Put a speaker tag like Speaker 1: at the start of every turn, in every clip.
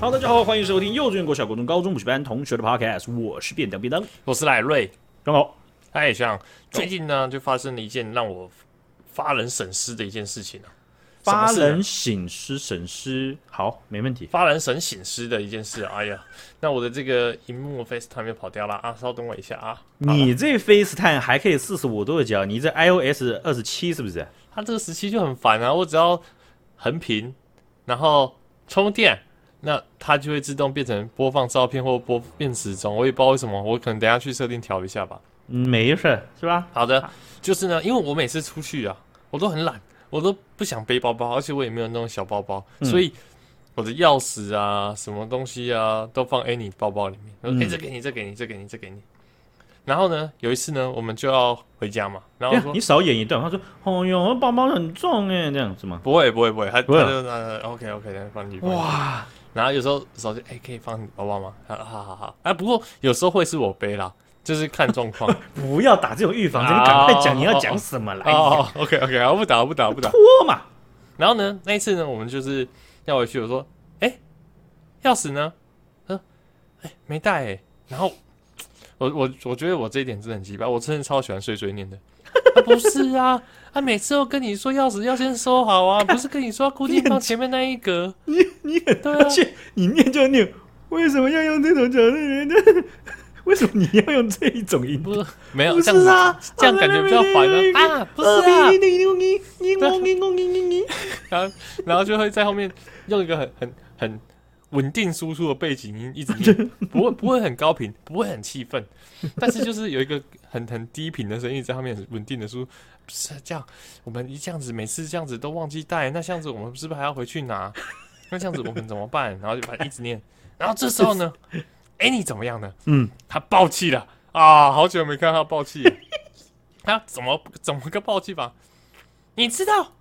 Speaker 1: 好，大家好，欢迎收听幼稚园、国小、国中、高中补习班同学的 Podcast，我是便当便当
Speaker 2: 我是赖瑞。
Speaker 1: 刚好
Speaker 2: 哎，想最近呢，就发生了一件让我发人省思的一件事情啊，
Speaker 1: 发
Speaker 2: 什么事
Speaker 1: 人
Speaker 2: 呢
Speaker 1: 省思，省思，好，没问题。
Speaker 2: 发人省省思的一件事啊。哎呀，那我的这个荧幕 FaceTime 又跑掉了啊，稍等我一下啊。
Speaker 1: 你这 FaceTime 还可以四十五度的角，你这 iOS 二十七是不是？
Speaker 2: 它这个时期就很烦啊，我只要横屏，然后充电，那它就会自动变成播放照片或播变时钟，我也不知道为什么，我可能等一下去设定调一下吧。
Speaker 1: 嗯没事儿是吧？
Speaker 2: 好的，就是呢，因为我每次出去啊，我都很懒，我都不想背包包，而且我也没有那种小包包，
Speaker 1: 嗯
Speaker 2: 所以我的钥匙啊、什么东西啊，都放 Annie 包包里面。
Speaker 1: 嗯
Speaker 2: 哎、这给你，这给你，这给你，这给你。然后呢，有一次呢，我们就要回家嘛，然后
Speaker 1: 哎呀
Speaker 2: 我说
Speaker 1: 你少演一段。他说：“哦哟，我包包很重哎，这样子吗
Speaker 2: 不会，不会，不会，他
Speaker 1: 不会
Speaker 2: 他
Speaker 1: 啊
Speaker 2: 就那 OK OK，那放你？”哇。
Speaker 1: 哇，
Speaker 2: 然后有时候手机哎、可以放你包包吗？啊，好好好。啊，不过有时候会是我背啦，就是看状况。
Speaker 1: 不要打这种预防针，
Speaker 2: 哦
Speaker 1: 你赶快讲你要讲什么来，
Speaker 2: 哦，OK OK，啊，不打不打不打。
Speaker 1: 拖嘛。
Speaker 2: 然后呢，那一次呢，我们就是要回去，我说，哎、钥匙呢？他说，哎、没带哎、然后我我我觉得我这一点真的很鸡巴，我真的超喜欢碎碎念的。啊、不是啊，啊，每次都跟你说钥匙要先收好啊，不是跟你说要固定放前面那一格。
Speaker 1: 你你很
Speaker 2: 对啊
Speaker 1: 而且你念就念，为什么要用这种角度？ 为什么你要用这一种音？
Speaker 2: 不是，没有
Speaker 1: 不
Speaker 2: 这样
Speaker 1: 是
Speaker 2: 子，
Speaker 1: 啊，
Speaker 2: 这样感觉比较烦啊。啊，不是啊，然后然后就会在后面用一个很很很稳定输出的背景音一直念，不会不会很高频，不会很气愤，但是就是有一个很很低频的声音在后面很稳定的输出。不是这样，我们一这样子每次这样子都忘记带，那这样子我们是不是还要回去拿？那这样子我们怎么办？然后就把它一直念，然后这时候呢，哎你怎么样呢？
Speaker 1: 嗯，
Speaker 2: 他爆气了啊！好久没看他爆气了， 他怎么怎么个爆气法？你知道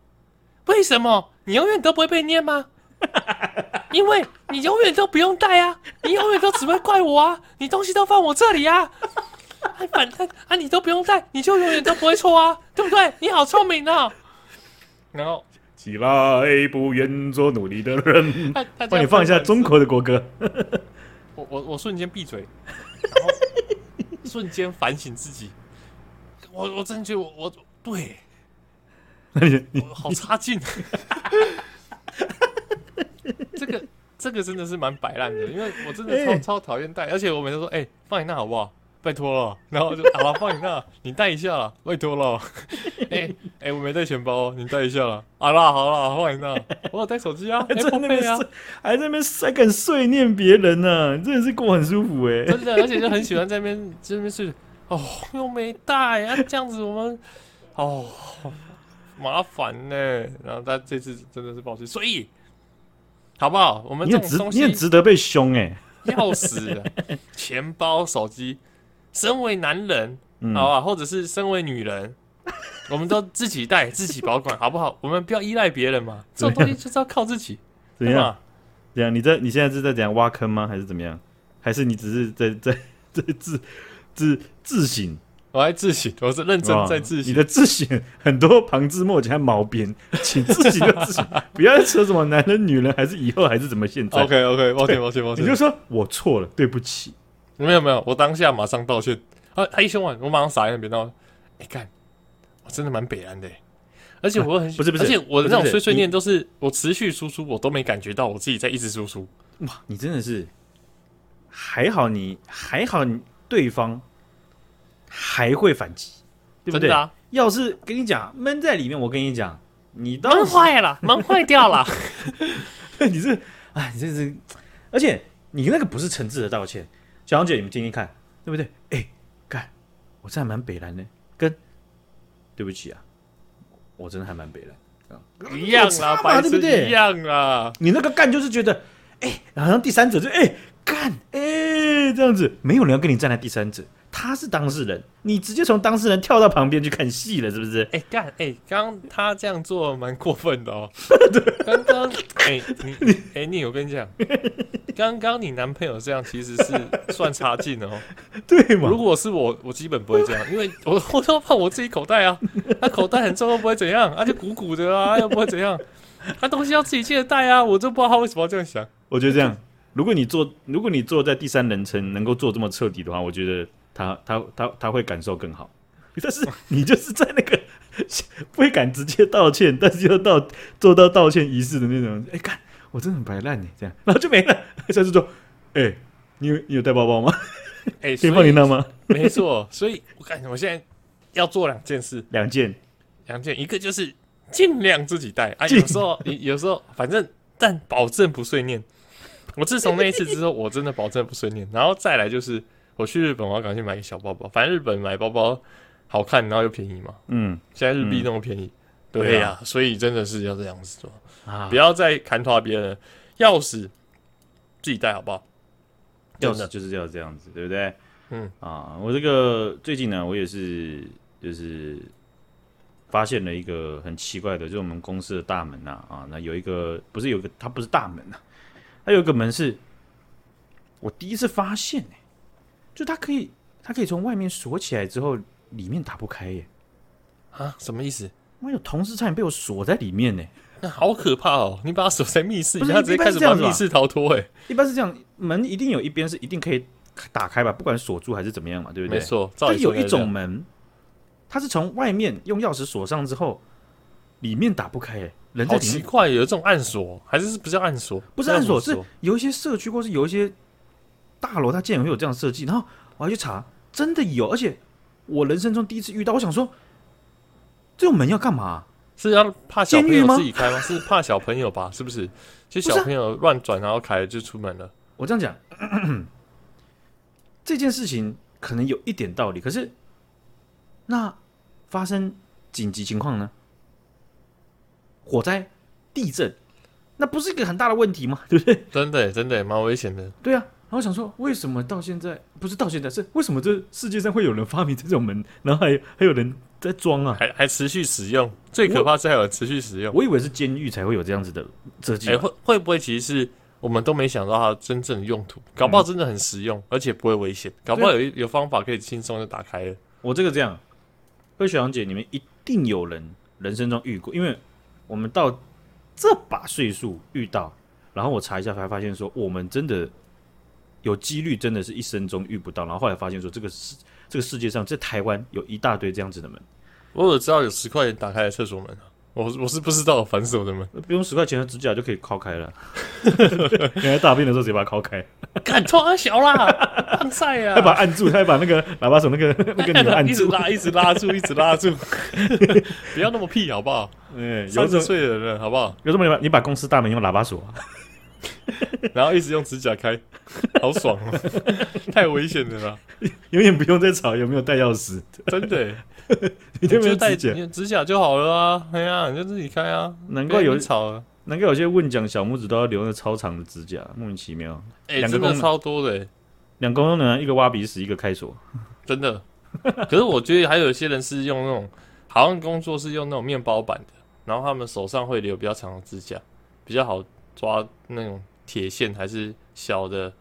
Speaker 2: 为什么你永远都不会被念吗？ 因为你永远都不用带啊，你永远都只会怪我啊，你东西都放我这里啊，啊反正啊你都不用带，你就永远都不会错啊，对不对？你好聪明啊、然后
Speaker 1: 起来，不愿做奴隶的 人。
Speaker 2: 他他这样
Speaker 1: 帮你放一下中国的国歌。
Speaker 2: 我我我瞬间闭嘴，然后瞬间反省自己，我我真的觉得我我对
Speaker 1: 那你你
Speaker 2: 我好差劲， 这个这个真的是蛮摆烂的，因为我真的超、
Speaker 1: 哎
Speaker 2: 超讨厌带，而且我每次说哎、放你那好不好，拜托了，然后我就好了放你那，你带一下啦，拜托了，哎哎、我没带钱包哦，你带一下啦，好啦好啦放你那，我有带手机啊
Speaker 1: 还在
Speaker 2: ，Apple
Speaker 1: 那边
Speaker 2: Pay 啊
Speaker 1: 碎，还在那边还敢碎念别人呢、你真的是过很舒服哎、
Speaker 2: 真的，而且就很喜欢在那边这边睡。哦，又没带啊，这样子我们哦麻烦呢、然后他这次真的是抱歉，所以好不好？我们
Speaker 1: 你
Speaker 2: 这
Speaker 1: 很
Speaker 2: 种
Speaker 1: 值，
Speaker 2: 东
Speaker 1: 你
Speaker 2: 西
Speaker 1: 很值得被凶哎、
Speaker 2: 钥匙、 钱包、手机，身为男人，
Speaker 1: 嗯，
Speaker 2: 好吧，或者是身为女人。我们都自己带、自己保管，好不好？我们不要依赖别人嘛，这种东西就是要靠自己，
Speaker 1: 怎
Speaker 2: 对
Speaker 1: 样
Speaker 2: 吧？
Speaker 1: 怎样？你在你现在是在怎样挖坑吗？还是怎么样？还是你只是在在在自自自省？
Speaker 2: 我还自省，我是认真
Speaker 1: 哇
Speaker 2: 在自省。
Speaker 1: 你的自省很多旁枝末节和毛边，请自己的自省，不要再扯什么男人、女人，还是以后还是怎么现在。
Speaker 2: OK OK，抱歉抱歉抱歉。
Speaker 1: 你就说我错了，对不起。
Speaker 2: 没有没有，我当下马上道歉。啊，他一凶完，我马上傻眼，别闹。哎、干，我真的蛮北安的、欸，而且我很、
Speaker 1: 啊不是不是
Speaker 2: 而且我的那
Speaker 1: 不是
Speaker 2: 种
Speaker 1: 不
Speaker 2: 碎
Speaker 1: 是
Speaker 2: 碎念都是我持续输出，我都没感觉到我自己在一直输出。
Speaker 1: 哇，你真的是还好你，还好你对方还会反击，对不
Speaker 2: 真
Speaker 1: 对？
Speaker 2: 的啊，
Speaker 1: 要是跟你讲闷在里面，我跟你讲，你当
Speaker 2: 门
Speaker 1: 时
Speaker 2: 坏了，门坏 掉了。
Speaker 1: 你这，哎，你这是，而且你那个不是诚挚的道歉，小杨姐，你们听听看，对不对？哎，干，我真的还蛮北蓝的，跟对不起啊，我真的还蛮北蓝。
Speaker 2: 一样
Speaker 1: 差
Speaker 2: 啦，
Speaker 1: 嘛
Speaker 2: 白
Speaker 1: 对不
Speaker 2: 痴
Speaker 1: 对
Speaker 2: 一样啦。
Speaker 1: 你那个干就是觉得，哎，好像第三者就哎干哎这样子，没有人要跟你站在第三者，他是当事人，你直接从当事人跳到旁边去看戏了，是不是？
Speaker 2: 哎、干，哎、刚刚他这样做蛮过分的哦。 刚刚，哎、你，哎、你，我跟你讲，刚刚你男朋友这样其实是算差劲哦。
Speaker 1: 对嘛
Speaker 2: 如？果是我，我基本不会这样，因为我我都放我自己口 袋啊，他口袋很重又不会怎样，他就鼓鼓啊的啊，又不会怎样，他东西要自己记得带啊，我就不知道他为什么要这样想。
Speaker 1: 我觉得这样，如果你做，如果你做在第三人称能够做这么彻底的话，我觉得他他他他会感受更好。但是你就是在那个 不会敢直接道歉，但是又到做到道歉仪式的那种，哎、看我真的很白烂呢，这样，然后就没了。 下次说，哎、你有你有带包包吗？
Speaker 2: 哎、
Speaker 1: 可以
Speaker 2: 所
Speaker 1: 放你
Speaker 2: 以
Speaker 1: 那吗？
Speaker 2: 没错，所以我感觉我现在要做两件事，
Speaker 1: 两件，
Speaker 2: 两件，一个就是尽量自己带啊，
Speaker 1: 尽
Speaker 2: 有时候有有时候反正但保证不碎念。我自从那一次之后，我真的保证不碎念。然后再来就是我去日本，我要赶快去买个小包包，反正日本买包包好看，然后又便宜嘛，
Speaker 1: 嗯
Speaker 2: 现在日币那么便宜，对
Speaker 1: 对啊
Speaker 2: 呀、所以真的是要这样子做，
Speaker 1: 啊
Speaker 2: 不，要再砍垮别人了，钥匙自己带好不好？
Speaker 1: 就
Speaker 2: 真
Speaker 1: 是
Speaker 2: 的
Speaker 1: 就是要这样子，对不对？
Speaker 2: 嗯
Speaker 1: 啊，我这个最近呢，我也是就是发现了一个很奇怪的，就是我们公司的大门呐啊那有一个不是有一个，它不是大门呐、它有一个门是我第一次发现、欸、就它可以它可以从外面锁起来之后，里面打不开耶、
Speaker 2: 啊，什么意思？
Speaker 1: 妈有同事差点被我锁在里面呢、
Speaker 2: 那好可怕哦！你把它锁在密室
Speaker 1: 不
Speaker 2: 里，
Speaker 1: 是
Speaker 2: 他直接开始
Speaker 1: 一般
Speaker 2: 往
Speaker 1: 是这样子吧
Speaker 2: 密室逃脱、欸，
Speaker 1: 一般是这样，门一定有一边是一定可以打开吧，不管锁住还是怎么样嘛，对
Speaker 2: 哎，
Speaker 1: 不对？
Speaker 2: 没错，照
Speaker 1: 但
Speaker 2: 理说
Speaker 1: 有一
Speaker 2: 应该这
Speaker 1: 种
Speaker 2: 样
Speaker 1: 门，它是从外面用钥匙锁上之后，里面打不开、欸，人在
Speaker 2: 好
Speaker 1: 里
Speaker 2: 奇
Speaker 1: 面
Speaker 2: 怪，有这种暗锁，还是不是暗锁？
Speaker 1: 不是暗锁，
Speaker 2: 不知
Speaker 1: 是
Speaker 2: 道
Speaker 1: 有一些社区或是有一些大楼，它竟然会有这样的设计。然后我还去查，真的有，而且我人生中第一次遇到，我想说，这种门要干嘛、
Speaker 2: 是要怕小朋
Speaker 1: 监狱
Speaker 2: 友
Speaker 1: 吗
Speaker 2: 自己开吗？是怕小朋友吧？是不是？
Speaker 1: 不是
Speaker 2: 就小
Speaker 1: 啊
Speaker 2: 朋友乱转，然后开就出门了。
Speaker 1: 我这样讲， 这件事情可能有一点道理，可是那发生紧急情况呢？火灾、地震，那不是一个很大的问题吗？ 对不对？
Speaker 2: 真的耶，真的耶，蛮危险的。
Speaker 1: 对啊。然后我想说，为什么到现在不是到现在是为什么这世界上会有人发明这种门，然后还还有人在装啊？
Speaker 2: 还还持续使用，最可怕是还有持续使用。
Speaker 1: 我以为是监狱才会有这样子的设计
Speaker 2: 哎、，会会不会其实是我们都没想到它真正的用途？搞
Speaker 1: 嗯
Speaker 2: 不好真的很实用，而且不会危险。搞不好有一有方法可以轻松就打开了。
Speaker 1: 我这个这样，各位学长姐，你们一定有人人生中遇过，因为我们到这把岁数遇到，然后我查一下才发现说，我们真的有几率真的是一生中遇不到，然后后来发现说，这个世这个世界上在台湾有一大堆这样子的门，
Speaker 2: 我有知道有十块钱打开的厕所门啊，我我是不知道，烦死 我的门。
Speaker 1: 不用十块钱的指甲就可以敲开了。原来大便的时候直接把它敲开，
Speaker 2: 敢冲啊小啦，放 晒啊！
Speaker 1: 还把它按住，还把那个喇叭手那个那个钮按
Speaker 2: 一直
Speaker 1: 住。
Speaker 2: 拉，一直拉住，一直拉住， 不要那么屁好不好？
Speaker 1: 嗯，有
Speaker 2: 三
Speaker 1: 种
Speaker 2: 十岁的人了好不好？
Speaker 1: 有种你把你把公司大门用喇叭锁啊、
Speaker 2: 然后一直用指甲开，好 爽哦！太危险了啦，
Speaker 1: 永远不用再吵有没有带钥匙，
Speaker 2: 真的耶。
Speaker 1: 你
Speaker 2: 你
Speaker 1: 有没有
Speaker 2: 就带
Speaker 1: 指甲？
Speaker 2: 你指甲就好了啊，哎呀，你就自己开啊。
Speaker 1: 难怪有
Speaker 2: 人吵了，
Speaker 1: 难怪有些问讲小拇指都要留那超长的指甲，莫名其妙。
Speaker 2: 哎、
Speaker 1: 两个
Speaker 2: 真的
Speaker 1: 功能
Speaker 2: 超多的耶，
Speaker 1: 两公能，一个挖鼻屎，一个开锁。
Speaker 2: 真的。可是我觉得还有一些人是用那种，好像工作是用那种面包板的，然后他们手上会留比较长的指甲，比较好抓那种铁线还是小的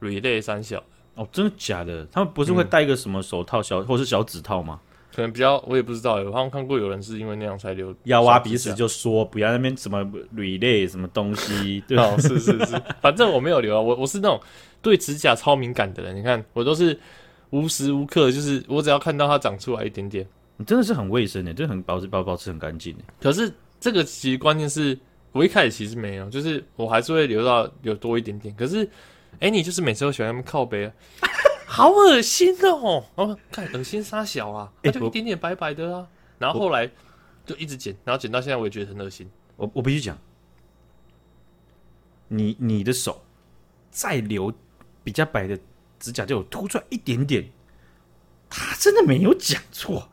Speaker 2: relay 三小。
Speaker 1: 哦，真的假的？他们不是会
Speaker 2: 嗯
Speaker 1: 戴一个什么手套小，或是小指套吗？
Speaker 2: 可能比较我也不知道耶，我好像看过有人是因为那样才留
Speaker 1: 要挖鼻屎
Speaker 2: 小指
Speaker 1: 就说，不要那边什么 relay 什么东西，对
Speaker 2: 甲。
Speaker 1: 吧？
Speaker 2: 哦，是是是， 反正我没有留啊，我我是那种对指甲超敏感的人，你看我都是无时无刻就是我只要看到它长出来一点点，
Speaker 1: 你真的是很卫生的，真的很保持保保持很干净的。欸
Speaker 2: 可是这个其实关键是我一开始其实没有，就是我还是会留到有多一点点，可是哎、你就是每次都喜欢他们靠 背、啊。好恶心哦！哦，看恶心沙小啊，
Speaker 1: 哎
Speaker 2: 它就
Speaker 1: 我
Speaker 2: 一点点白白的啊，然后后来就一直剪，然后剪到现在我也觉得很恶心。
Speaker 1: 我我必须讲，你你的手再留比较白的指甲就有凸出来一点点，他真的没有讲错，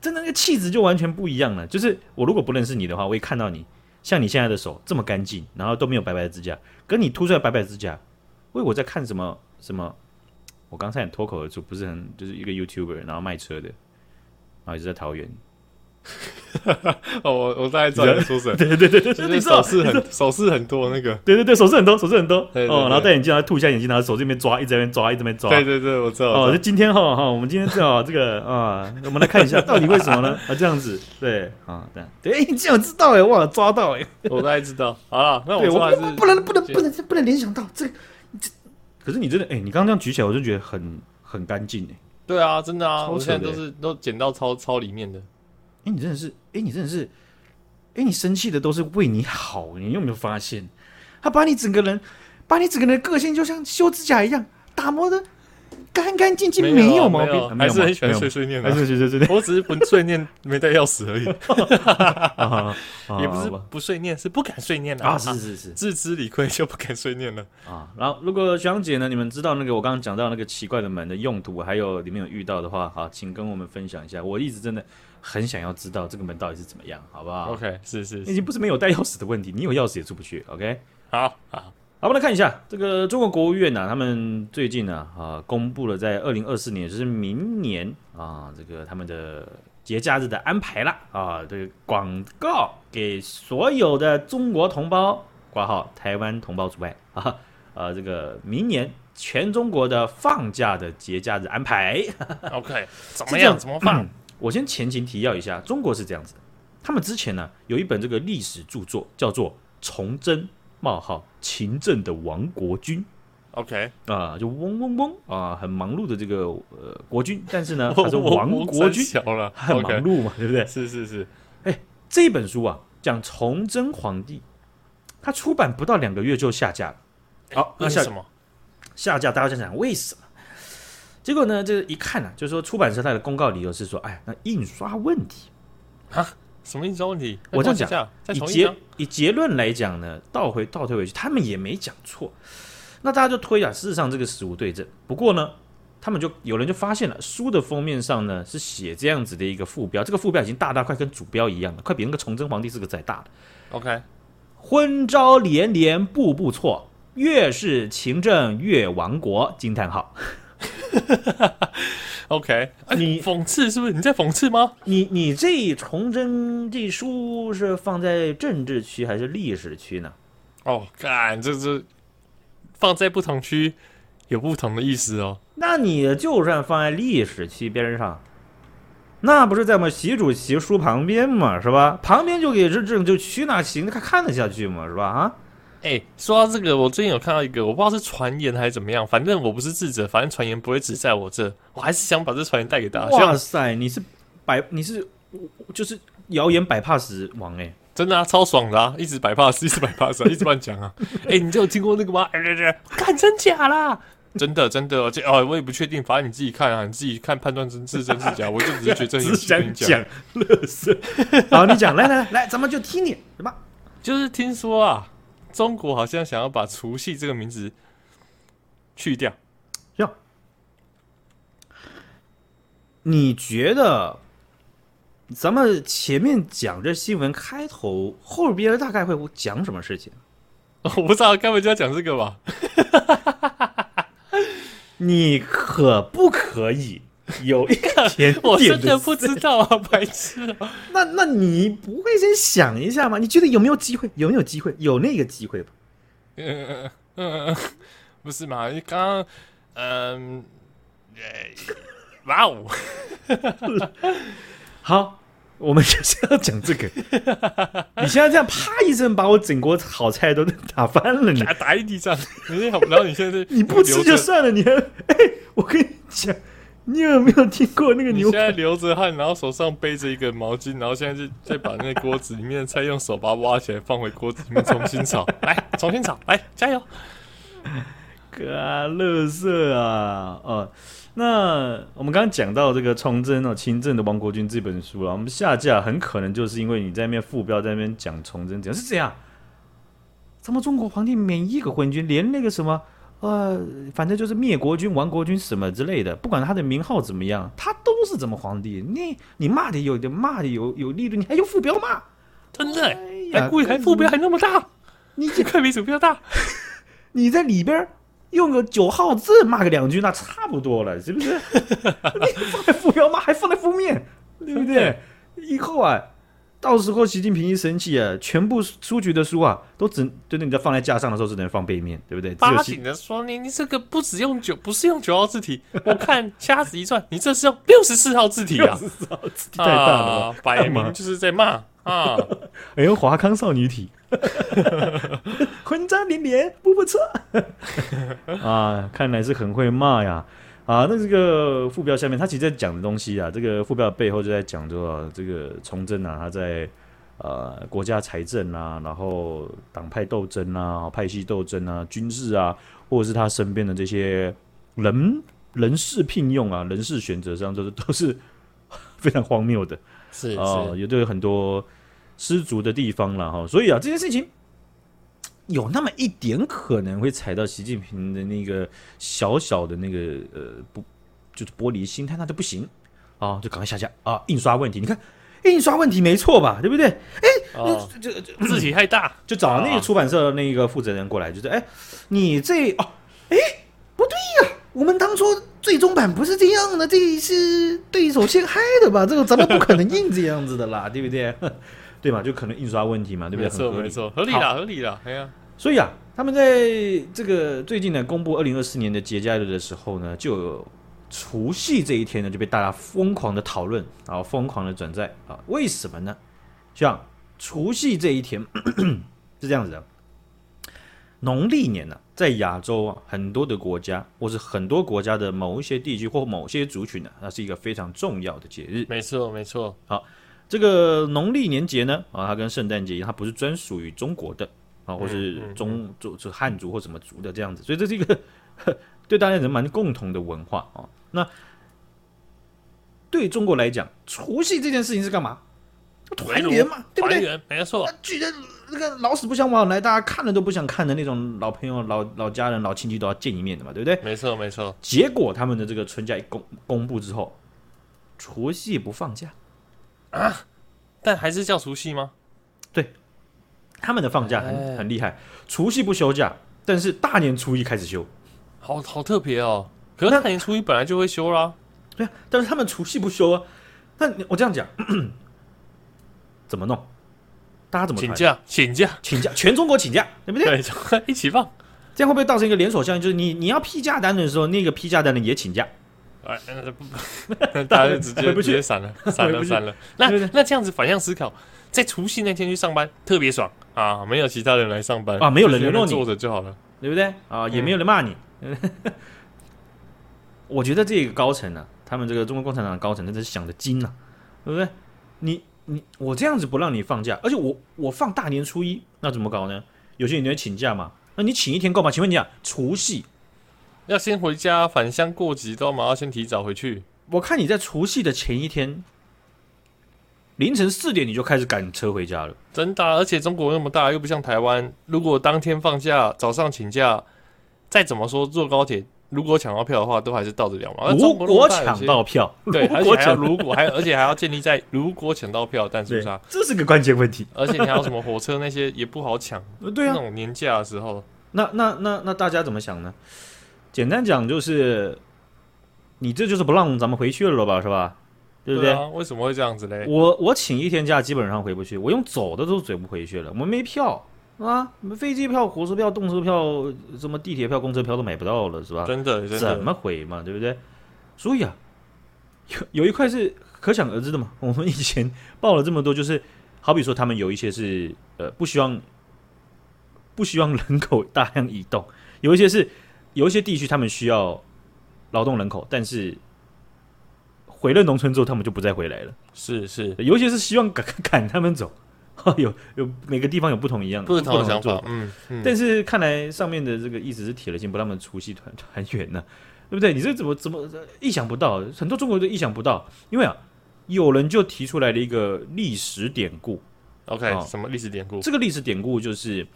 Speaker 1: 真的那个气质就完全不一样了。就是我如果不认识你的话，我也看到你像你现在的手这么干净，然后都没有白白的指甲，跟你凸出来白白的指甲，喂，我在看什么什么？我刚才也脱口而出，不是很就是一个 YouTuber，然后卖车的，然后也是在桃园，
Speaker 2: 哦，我我大概知道你在说什么，
Speaker 1: 对对对对对，
Speaker 2: 就是
Speaker 1: 你知
Speaker 2: 手
Speaker 1: 道，
Speaker 2: 势很手势很多那个。
Speaker 1: 对对对，手势很多，手势很多。
Speaker 2: 对对对
Speaker 1: 哦，然后戴眼镜，然后吐一下眼睛，然后手这边抓，一直在那边抓，一直在那边抓。
Speaker 2: 对对对，我知道。
Speaker 1: 哦，
Speaker 2: 我
Speaker 1: 就
Speaker 2: 知道
Speaker 1: 今天哈哈，我们今天 正好这个啊，我们来看一下到底为什么呢？啊，这样子，对啊，对对，哎，你竟然知道哎，哇，抓到哎，
Speaker 2: 哦我大概知道。好了，那我
Speaker 1: 对，
Speaker 2: 知
Speaker 1: 我
Speaker 2: 道
Speaker 1: 不
Speaker 2: 是
Speaker 1: 不不能不能不能不能联想到这个，这可是你真的哎，你刚刚这样举起来，我就觉得很很干净哎，
Speaker 2: 对啊，真的啊，
Speaker 1: 超
Speaker 2: 我
Speaker 1: 扯
Speaker 2: 现在
Speaker 1: 的
Speaker 2: 都是都捡到超超里面的。
Speaker 1: 哎，你真的是，哎，你真的是，哎，你生气的都是为你好，你有没有发现？他把你整个人，把你整个人的个性就像修指甲一样打磨的干干净净，
Speaker 2: 没
Speaker 1: 有毛
Speaker 2: 没
Speaker 1: 病，啊没
Speaker 2: 还
Speaker 1: 有
Speaker 2: 是
Speaker 1: 毛
Speaker 2: 很喜欢
Speaker 1: 没有
Speaker 2: 碎碎念
Speaker 1: 还
Speaker 2: 的。
Speaker 1: 是对对对
Speaker 2: 我只是不碎念，没带钥匙而已，
Speaker 1: 啊，
Speaker 2: 也不
Speaker 1: 好
Speaker 2: 是
Speaker 1: 吧
Speaker 2: 不碎念，是不敢碎念了
Speaker 1: 啊，是是是
Speaker 2: 自知理亏就不敢碎念了。
Speaker 1: 啊。然后，如果学长姐呢，你们知道那个我刚刚讲到那个奇怪的门的用途，还有里面有遇到的话，好，请跟我们分享一下。我一直真的很想要知道这个门到底是怎么样，好不好？
Speaker 2: OK，是是
Speaker 1: 已
Speaker 2: 是，
Speaker 1: 经不是没有带钥匙的问题，你有钥匙也出不去。OK，
Speaker 2: 好好，
Speaker 1: 好，我们来看一下这个中国国务院呢、他们最近呢啊公布了在二零二四年，也就是明年啊，这个他们的节假日的安排啦啊，这个广告给所有的中国同胞（挂号台湾同胞除外）啊，啊，这个明年全中国的放假的节假日安排。
Speaker 2: OK，怎
Speaker 1: 是
Speaker 2: 么
Speaker 1: 这样嗯
Speaker 2: 样？怎么放？
Speaker 1: 我先前情提要一下，中国是这样子的，他们之前呢有一本这个历史著作叫做《崇祯冒号勤政的亡国军》。
Speaker 2: OK，
Speaker 1: 啊、就嗡嗡嗡啊、很忙碌的这个呃国军，但是呢，
Speaker 2: 我
Speaker 1: 他是
Speaker 2: 我
Speaker 1: 亡
Speaker 2: 我
Speaker 1: 国军，
Speaker 2: 三小了
Speaker 1: 他 很忙
Speaker 2: ，OK，
Speaker 1: 碌嘛，对不对？
Speaker 2: 是是是，
Speaker 1: 这本书啊，讲崇祯皇帝，他出版不到两个月就下架了。好、那
Speaker 2: 哦为
Speaker 1: 下
Speaker 2: 什么？
Speaker 1: 下架，大家想想为什么？结果呢，这一看啊，就是说出版社它的公告理由是说，哎，那印刷问题。
Speaker 2: 什么印刷问题？哎
Speaker 1: 我这样讲
Speaker 2: 讲，再
Speaker 1: 以
Speaker 2: 重一
Speaker 1: 结
Speaker 2: 张。
Speaker 1: 以结论来讲呢，倒回倒推回去，他们也没讲错。那大家就推啊，事实上这个实无对证。不过呢，他们就有人就发现了，书的封面上呢是写这样子的一个副标，这个副标已经大大快跟主标一样了，快比那个崇祯皇帝四个字还大了。
Speaker 2: OK，
Speaker 1: 昏招连连步步错，越是勤政越亡国！惊叹号！
Speaker 2: OK，哎
Speaker 1: 你
Speaker 2: 讽刺是不是？你在讽刺吗？
Speaker 1: 你你这崇祯这书是放在政治区还是历史区呢？
Speaker 2: 哦，干，这是放在不同区有不同的意思哦。
Speaker 1: 那你就算放在历史区边上，那不是在我们习主席书旁边嘛，是吧？旁边就给这这就区那行，看看得下去嘛，是吧？啊，
Speaker 2: 哎、说到这个，我最近有看到一个，我不知道是传言还是怎么样，反正我不是智者，反正传言不会只在我这，我还是啊想把这传言带给大家。希
Speaker 1: 哇
Speaker 2: 望
Speaker 1: 塞，你是百你是就是谣言百怕死王哎、
Speaker 2: 真的啊，超爽的啊，一直摆 pass，一直摆 pass，、啊、一直乱讲啊。 哎、你就有听过那个吗？哎、对对，看真假啦，真的真的，而且哦，我也不确定，反正你自己看啊，你自己看判断真是真是假，我就只是觉得 这
Speaker 1: 只
Speaker 2: 很
Speaker 1: 想
Speaker 2: 想讲，
Speaker 1: 讲乐色。好，你讲，来来来来，咱们就听你什么？
Speaker 2: 就是听说啊，中国好像想要把除夕这个名字去掉。
Speaker 1: 哟，你觉得咱们前面讲这新闻开头，后边大概会讲什么事情？
Speaker 2: 我不知道，该不会就要讲这个吧？
Speaker 1: 你可不可以有 一点
Speaker 2: 我
Speaker 1: 点
Speaker 2: 真的不知道啊，白痴啊！
Speaker 1: 那那你不会先想一下吗？你觉得有没有机会？有没有机会？有那个机会吧？
Speaker 2: 嗯嗯，嗯， 不是嘛？因为刚刚，嗯，呃哇哦，
Speaker 1: 好，我们就是要讲这个。你现在这样啪一声把我整锅好菜都打翻了你，
Speaker 2: 打打一地上， 你是好然后你现在是
Speaker 1: 你不吃
Speaker 2: 流
Speaker 1: 就
Speaker 2: 着，
Speaker 1: 算了，你还哎，我跟你讲，你有没有听过那个
Speaker 2: 你
Speaker 1: 牛
Speaker 2: 现？在流着汗，然后手上背着一个毛巾，然后现 在就再把那个锅子里面的菜用手把它挖起来，放回锅子里面重 新炒，来，重新炒，来，加油！
Speaker 1: 啊，乐色啊，哦，那我们刚刚讲到这个崇祯哦，勤政的亡国军这本书了，啊我们下架很可能就是因为你在那边副标在那边讲崇祯，怎样是这样？咱们中国皇帝每一个昏君，连那个什么呃，反正就是灭国军、亡国军什么之类的，不管他的名号怎么样，他都是怎么皇帝。你你骂的有的骂的有有力度，你还用副标骂？
Speaker 2: 真的、欸，
Speaker 1: 哎呀
Speaker 2: 还故意还副标还那么大，
Speaker 1: 你
Speaker 2: 这快比鼠 标大。
Speaker 1: 你在里边儿用个九号字骂个两句，那差不多了，是不是？你放在副标骂，还放在封面，对不对？以后啊，到时候习近平一生气啊，全部书局的书啊，都只对对你在放在架上的时候只能放背面，对不对？只有
Speaker 2: 八
Speaker 1: 习
Speaker 2: 紧的说你你这个不只用九不是用九号字体，我看掐指一算，你这是用六十四号字体啊，
Speaker 1: 太大了吧，
Speaker 2: 啊，摆
Speaker 1: 干嘛
Speaker 2: 明就是在骂啊。
Speaker 1: 哎呦，华康少女体， 混账连连，不不错 啊！看来是很会骂呀。啊，那这个副标下面，他其实在讲的东西啊，这个副标的背后就在讲说、啊，这个崇祯啊，他在呃国家财政啊，然后党派斗争啊、派系斗争啊、军事啊，或者是他身边的这些人人事聘用啊、人事选择上，都是都是 非常荒谬的。
Speaker 2: 是是，
Speaker 1: 啊、也都有很多失足的地方了哈。所以啊，这件事情有那么一点可能会踩到习近平的那个小小的那个呃不就是玻璃心，但那就不行啊，就赶快下架啊！印刷问题，你看印刷问题没错吧？对不对？
Speaker 2: 哦，字体太大，
Speaker 1: 就找那
Speaker 2: 啊
Speaker 1: 个出版社的那个负责人过来，就是哎，你这哦，哎，不对呀、我们当初最终版不是这样的，这是对手陷害的吧？这个咱们不可能印这样子的啦，对不对？ 对嘛，就可能印刷问题嘛，对不对？
Speaker 2: 没错
Speaker 1: 很合理
Speaker 2: 没错，合理啦合理啦，哎呀，
Speaker 1: 所以啊，他们在这个最近呢公布二零二四年的节假日的时候呢，就有除夕这一天呢就被大家疯狂的讨论，然后疯狂的转载啊，为什么呢？像除夕这一天 是这样子的，农历年呢、在亚洲啊很多的国家或是很多国家的某一些地区或某些族群呢、它是一个非常重要的节日。
Speaker 2: 没错没错，
Speaker 1: 这个农历年节呢，啊，它跟圣诞节一样，它不是专属于中国的啊，或是
Speaker 2: 嗯嗯
Speaker 1: 中就就汉族或什么族的这样子，所以这是一个对大家人蛮共同的文化啊。那对中国来讲，除夕这件事情是干嘛？团圆嘛，对不
Speaker 2: 还
Speaker 1: 对？
Speaker 2: 原没错
Speaker 1: 那，居然那个老死不相往来，大家看了都不想看的那种老朋友、老老家人、老亲戚都要见一面的嘛，对不对？
Speaker 2: 没错没错，
Speaker 1: 结果他们的这个春假一公公布之后，除夕不放假，
Speaker 2: 但还是叫除夕吗？
Speaker 1: 他们的放假很
Speaker 2: 哎
Speaker 1: 很厉害，除夕不休假，但是大年初一开始休。
Speaker 2: 好好特别哦。可是大年初一本来就会休啦，
Speaker 1: 对啊，但是他们除夕不休啊。那你我这样讲， 怎么弄？大家怎么
Speaker 2: 请
Speaker 1: 团
Speaker 2: 假请假，
Speaker 1: 请假？全中国请假，对不对？
Speaker 2: 对，就 一起放。
Speaker 1: 这样会不会造成一个连锁效应？就是你你要批假单的时候，那个批假单的也请假。
Speaker 2: 哎，呃不 大家就直接
Speaker 1: 回不
Speaker 2: 直
Speaker 1: 去
Speaker 2: 接闪了，闪
Speaker 1: 回
Speaker 2: 了，
Speaker 1: 不去
Speaker 2: 闪了。那
Speaker 1: 对不对
Speaker 2: 那这样子反向思考，在除夕那天去上班特别爽啊，没有其他人来上班
Speaker 1: 啊没有人
Speaker 2: 就在那
Speaker 1: 联络你
Speaker 2: 坐着就好了。
Speaker 1: 对不对？
Speaker 2: 嗯
Speaker 1: 啊，也没有人骂你。 我觉得这个高层呢、啊他们这个中国共产党的高层真的是想的精呐、对不对？你你我这样子不让你放假，而且我我放大年初一，那怎么搞呢？有些人会请假嘛，那你请一天够吗？请问你啊，除夕，
Speaker 2: 要先回家返乡过节，都嘛要先提早回去。
Speaker 1: 我看你在除夕的前一天凌晨四点你就开始赶车回家了，
Speaker 2: 真的啊、而且中国那么大，又不像台湾，如果当天放假，早上请假，再怎么说坐高铁，如果抢到票的话，都还是到得了嘛。而啊
Speaker 1: 如
Speaker 2: 中哦国那么
Speaker 1: 果
Speaker 2: 大有
Speaker 1: 抢
Speaker 2: 些
Speaker 1: 到票，
Speaker 2: 对，而
Speaker 1: 如
Speaker 2: 且
Speaker 1: 果
Speaker 2: 还要
Speaker 1: 抢到
Speaker 2: 如果还而且还要建立在如果抢到票但是不
Speaker 1: 对
Speaker 2: 是啊，
Speaker 1: 这是个关键问题。
Speaker 2: 而且你还有什么火车那些也不好抢。
Speaker 1: 呃对啊
Speaker 2: 那，种年假的时候，
Speaker 1: 那那那那大家怎么想呢？简单讲就是，你这就是不让咱们回去了吧，是吧？对不对？
Speaker 2: 啊？为什么会这样子嘞？
Speaker 1: 我我请一天假，基本上回不去，我用走的都追不回去了，我们没票啊，我们飞机票、火车票、动车票、什么地铁票、公车票都买不到了，是吧？
Speaker 2: 真的，真
Speaker 1: 怎
Speaker 2: 的，
Speaker 1: 么回嘛，对不对？所以啊，有有一块是可想而知的嘛。我们以前报了这么多，就是好比说他们有一些是呃不希望不希望人口大量移动，有一些是有一些地区他们需要劳动人口，但是回了农村之后他们就不再回来了。
Speaker 2: 是是，
Speaker 1: 有一些是希望赶 赶他们走，有有每个地方有不同一样
Speaker 2: 不同的
Speaker 1: 做
Speaker 2: 想
Speaker 1: 法
Speaker 2: 法，嗯嗯，
Speaker 1: 但是看来上面的这个意思是铁了心不让他们除夕团团圆呢，对不对？你这怎么怎么意想不到？很多中国人都意想不到，因为啊，有人就提出来了一个历史典故。
Speaker 2: OK，
Speaker 1: 哦
Speaker 2: 什么历史典故？
Speaker 1: 这个历史典故就是，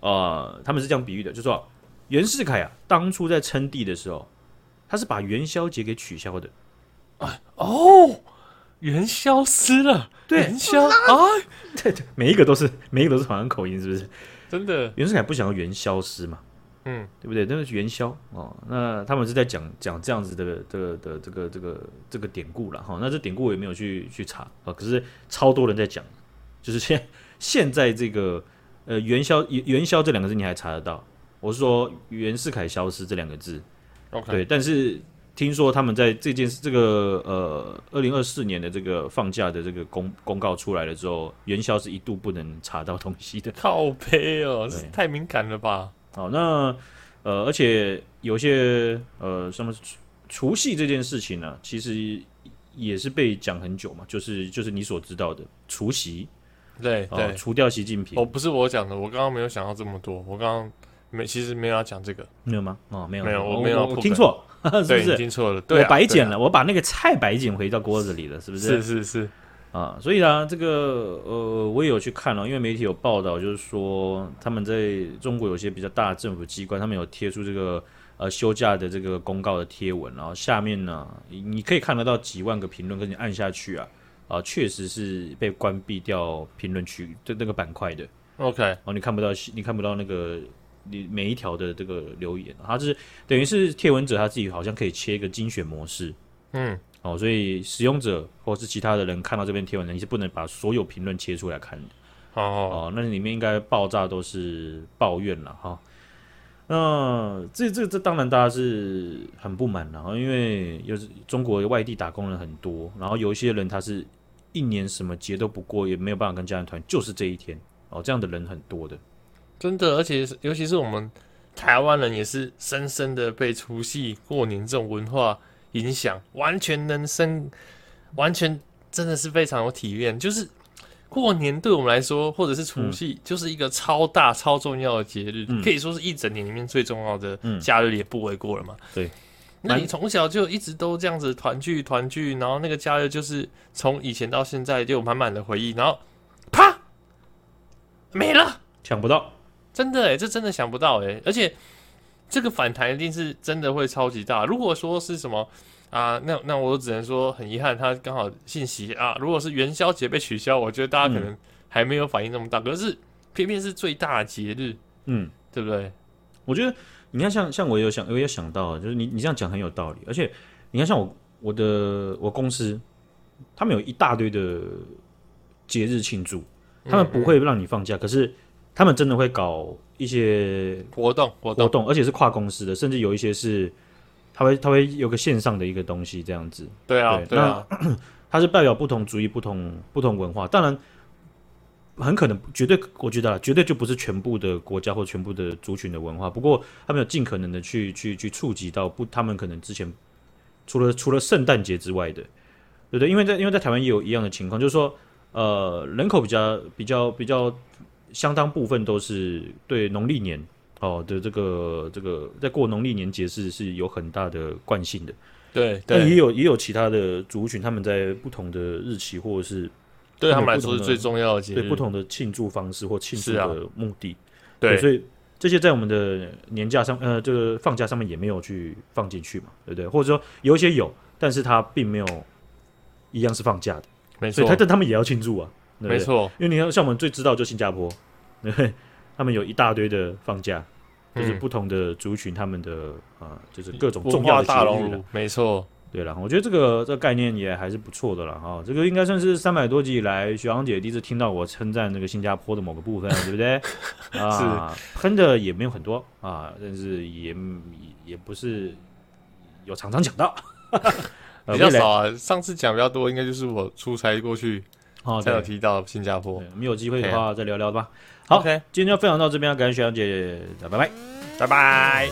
Speaker 1: 呃，他们是这样比喻的，就说啊袁世凯啊，当初在称帝的时候，他是把元宵节给取消的。
Speaker 2: 哦，元宵失了，元宵啊，
Speaker 1: 对对，每一个都是每一个都是好像口音，是不是？
Speaker 2: 真的，
Speaker 1: 袁世凯不想要元宵诗嘛，
Speaker 2: 嗯，
Speaker 1: 对不对？那是元宵哦，那他们是在讲讲这样子的的的这哦个这个这个典故了哈、那这典故我也没有去去查啊、哦可是超多人在讲就是现现在这个呃元宵元元宵这两个字你还查得到？我是说袁世凯消失这两个字，
Speaker 2: OK，
Speaker 1: 对，但是听说他们在这件事这个呃二零二四年的这个放假的这个公公告出来了之后，元宵是一度不能查到东西的。
Speaker 2: 靠背哦，
Speaker 1: 对
Speaker 2: 是太敏感了吧？
Speaker 1: 好，那呃，而且有些呃，什么除除夕这件事情呢、其实也是被讲很久嘛，就是就是你所知道的除夕，
Speaker 2: 对
Speaker 1: 哦、
Speaker 2: 对，
Speaker 1: 除掉习近平，
Speaker 2: 哦，不是我讲的，我刚刚没有想到这么多，我刚刚没，其实没有要讲这个，
Speaker 1: 没有吗？哦，没有，
Speaker 2: 没有
Speaker 1: 我
Speaker 2: 我没有
Speaker 1: 我
Speaker 2: 铺
Speaker 1: 听
Speaker 2: 梗
Speaker 1: 错， 是
Speaker 2: 对，
Speaker 1: 不
Speaker 2: 你
Speaker 1: 是？
Speaker 2: 听错了，对啊，
Speaker 1: 我白捡
Speaker 2: 对啊，
Speaker 1: 了，我把那个菜白捡回到锅子里了，是不
Speaker 2: 是是是，
Speaker 1: 啊，所以呢，这个呃，我也有去看了、因为媒体有报道，就是说他们在中国有些比较大的政府机关，他们有贴出这个呃休假的这个公告的贴文，然后下面呢，你你可以看得到几万个评论，跟你按下去啊，啊，确实是被关闭掉评论区的那个板块的，哦
Speaker 2: OK，
Speaker 1: 然后你看不到你看不到那个你每一条的这个留言，它是等于是贴文者他自己好像可以切一个精选模式，
Speaker 2: 嗯，
Speaker 1: 哦，所以使用者或是其他的人看到这篇贴文，你是不能把所有评论切出来看的
Speaker 2: 好好，
Speaker 1: 哦。那里面应该爆炸都是抱怨了哈。那、这这这当然大家是很不满了，因为又是中国外地打工人很多，然后有一些人他是一年什么节都不过，也没有办法跟家人团，就是这一天哦，这样的人很多的。
Speaker 2: 真的，而且是尤其是我们台湾人也是深深的被除夕过年这种文化影响，完全能深，完全真的是非常有体验。就是过年对我们来说，或者是除夕，就是一个超大超重要的节日，
Speaker 1: 嗯
Speaker 2: 可以说是一整年里面最重要的
Speaker 1: 嗯
Speaker 2: 假日，也不为过了嘛。
Speaker 1: 对。
Speaker 2: 那你从小就一直都这样子团聚团聚，然后那个假日就是从以前到现在就有满满的回忆，然后啪没了。
Speaker 1: 抢不到，
Speaker 2: 真的哎、这真的想不到哎、而且这个反弹一定是真的会超级大。如果说是什么啊、那那我只能说很遗憾，他刚好信息啊，如果是元宵节被取消，我觉得大家可
Speaker 1: 嗯
Speaker 2: 能还没有反应那么大，可是偏偏是最大的节日，
Speaker 1: 嗯，
Speaker 2: 对不对？
Speaker 1: 我觉得你看像，像我也有想，我也有想到，啊就是你你这样讲很有道理，而且你看，像我我的我公司，他们有一大堆的节日庆祝，
Speaker 2: 嗯
Speaker 1: 他们不会让你放假，可是他们真的会搞一些
Speaker 2: 嗯活动活
Speaker 1: 活
Speaker 2: 动，
Speaker 1: 动，而且是跨公司的，甚至有一些是他会他会有个线上的一个东西这样子，
Speaker 2: 对啊
Speaker 1: 对
Speaker 2: 对啊，
Speaker 1: 它是代表不同族裔、不同不同文化，当然。很可能，绝对，我觉得啊，绝对就不是全部的国家或全部的族群的文化。不过，他们有尽可能的去去去触及到不，他们可能之前除了除了圣诞节之外的，对不对？因为在因为在台湾也有一样的情况，就是说，呃，人口比较比较比较相当部分都是对农历年哦的这个这个在过农历年节是是有很大的惯性的。
Speaker 2: 对
Speaker 1: 但也
Speaker 2: 对，
Speaker 1: 有也有其他的族群，他们在不同的日期或者是
Speaker 2: 嗯对他们来说是最重要的节
Speaker 1: 对
Speaker 2: 日
Speaker 1: 不，同的庆祝方式或庆祝
Speaker 2: 是啊
Speaker 1: 的目的，
Speaker 2: 对
Speaker 1: 所以这些在我们的年假上，呃，这个放假上面也没有去放进去嘛，对不对？或者说有一些有，但是他并没有一样是放假的，
Speaker 2: 没
Speaker 1: 所以
Speaker 2: 错
Speaker 1: 他但他们也要庆祝啊，对不对
Speaker 2: 没，错，
Speaker 1: 因为你看像我们最知道就新加坡， 对不对，他们有一大堆的放假，就是
Speaker 2: 嗯
Speaker 1: 不同的族群他们的啊、呃就是各种
Speaker 2: 文
Speaker 1: 重要
Speaker 2: 化
Speaker 1: 的节
Speaker 2: 大
Speaker 1: 日
Speaker 2: 熔
Speaker 1: 啦
Speaker 2: 炉，没错，
Speaker 1: 对了，我觉得这个这个概念也还是不错的了哈、这个应该算是三百多集以来，雪阳姐第一次听到我称赞这个新加坡的某个部 分，对不对？啊，喷的也没有很多啊，但是也也不是有常常讲 到，呃
Speaker 2: 比较
Speaker 1: 未来
Speaker 2: 少啊。上次讲比较多，应该就是我出差过去
Speaker 1: 哦，
Speaker 2: 才
Speaker 1: 对
Speaker 2: 有，提到新加坡
Speaker 1: 对。我们有机会的
Speaker 2: 对
Speaker 1: 话再聊聊吧。好
Speaker 2: OK，
Speaker 1: 今天就分享到这边，感谢雪阳姐，拜拜。
Speaker 2: 拜拜。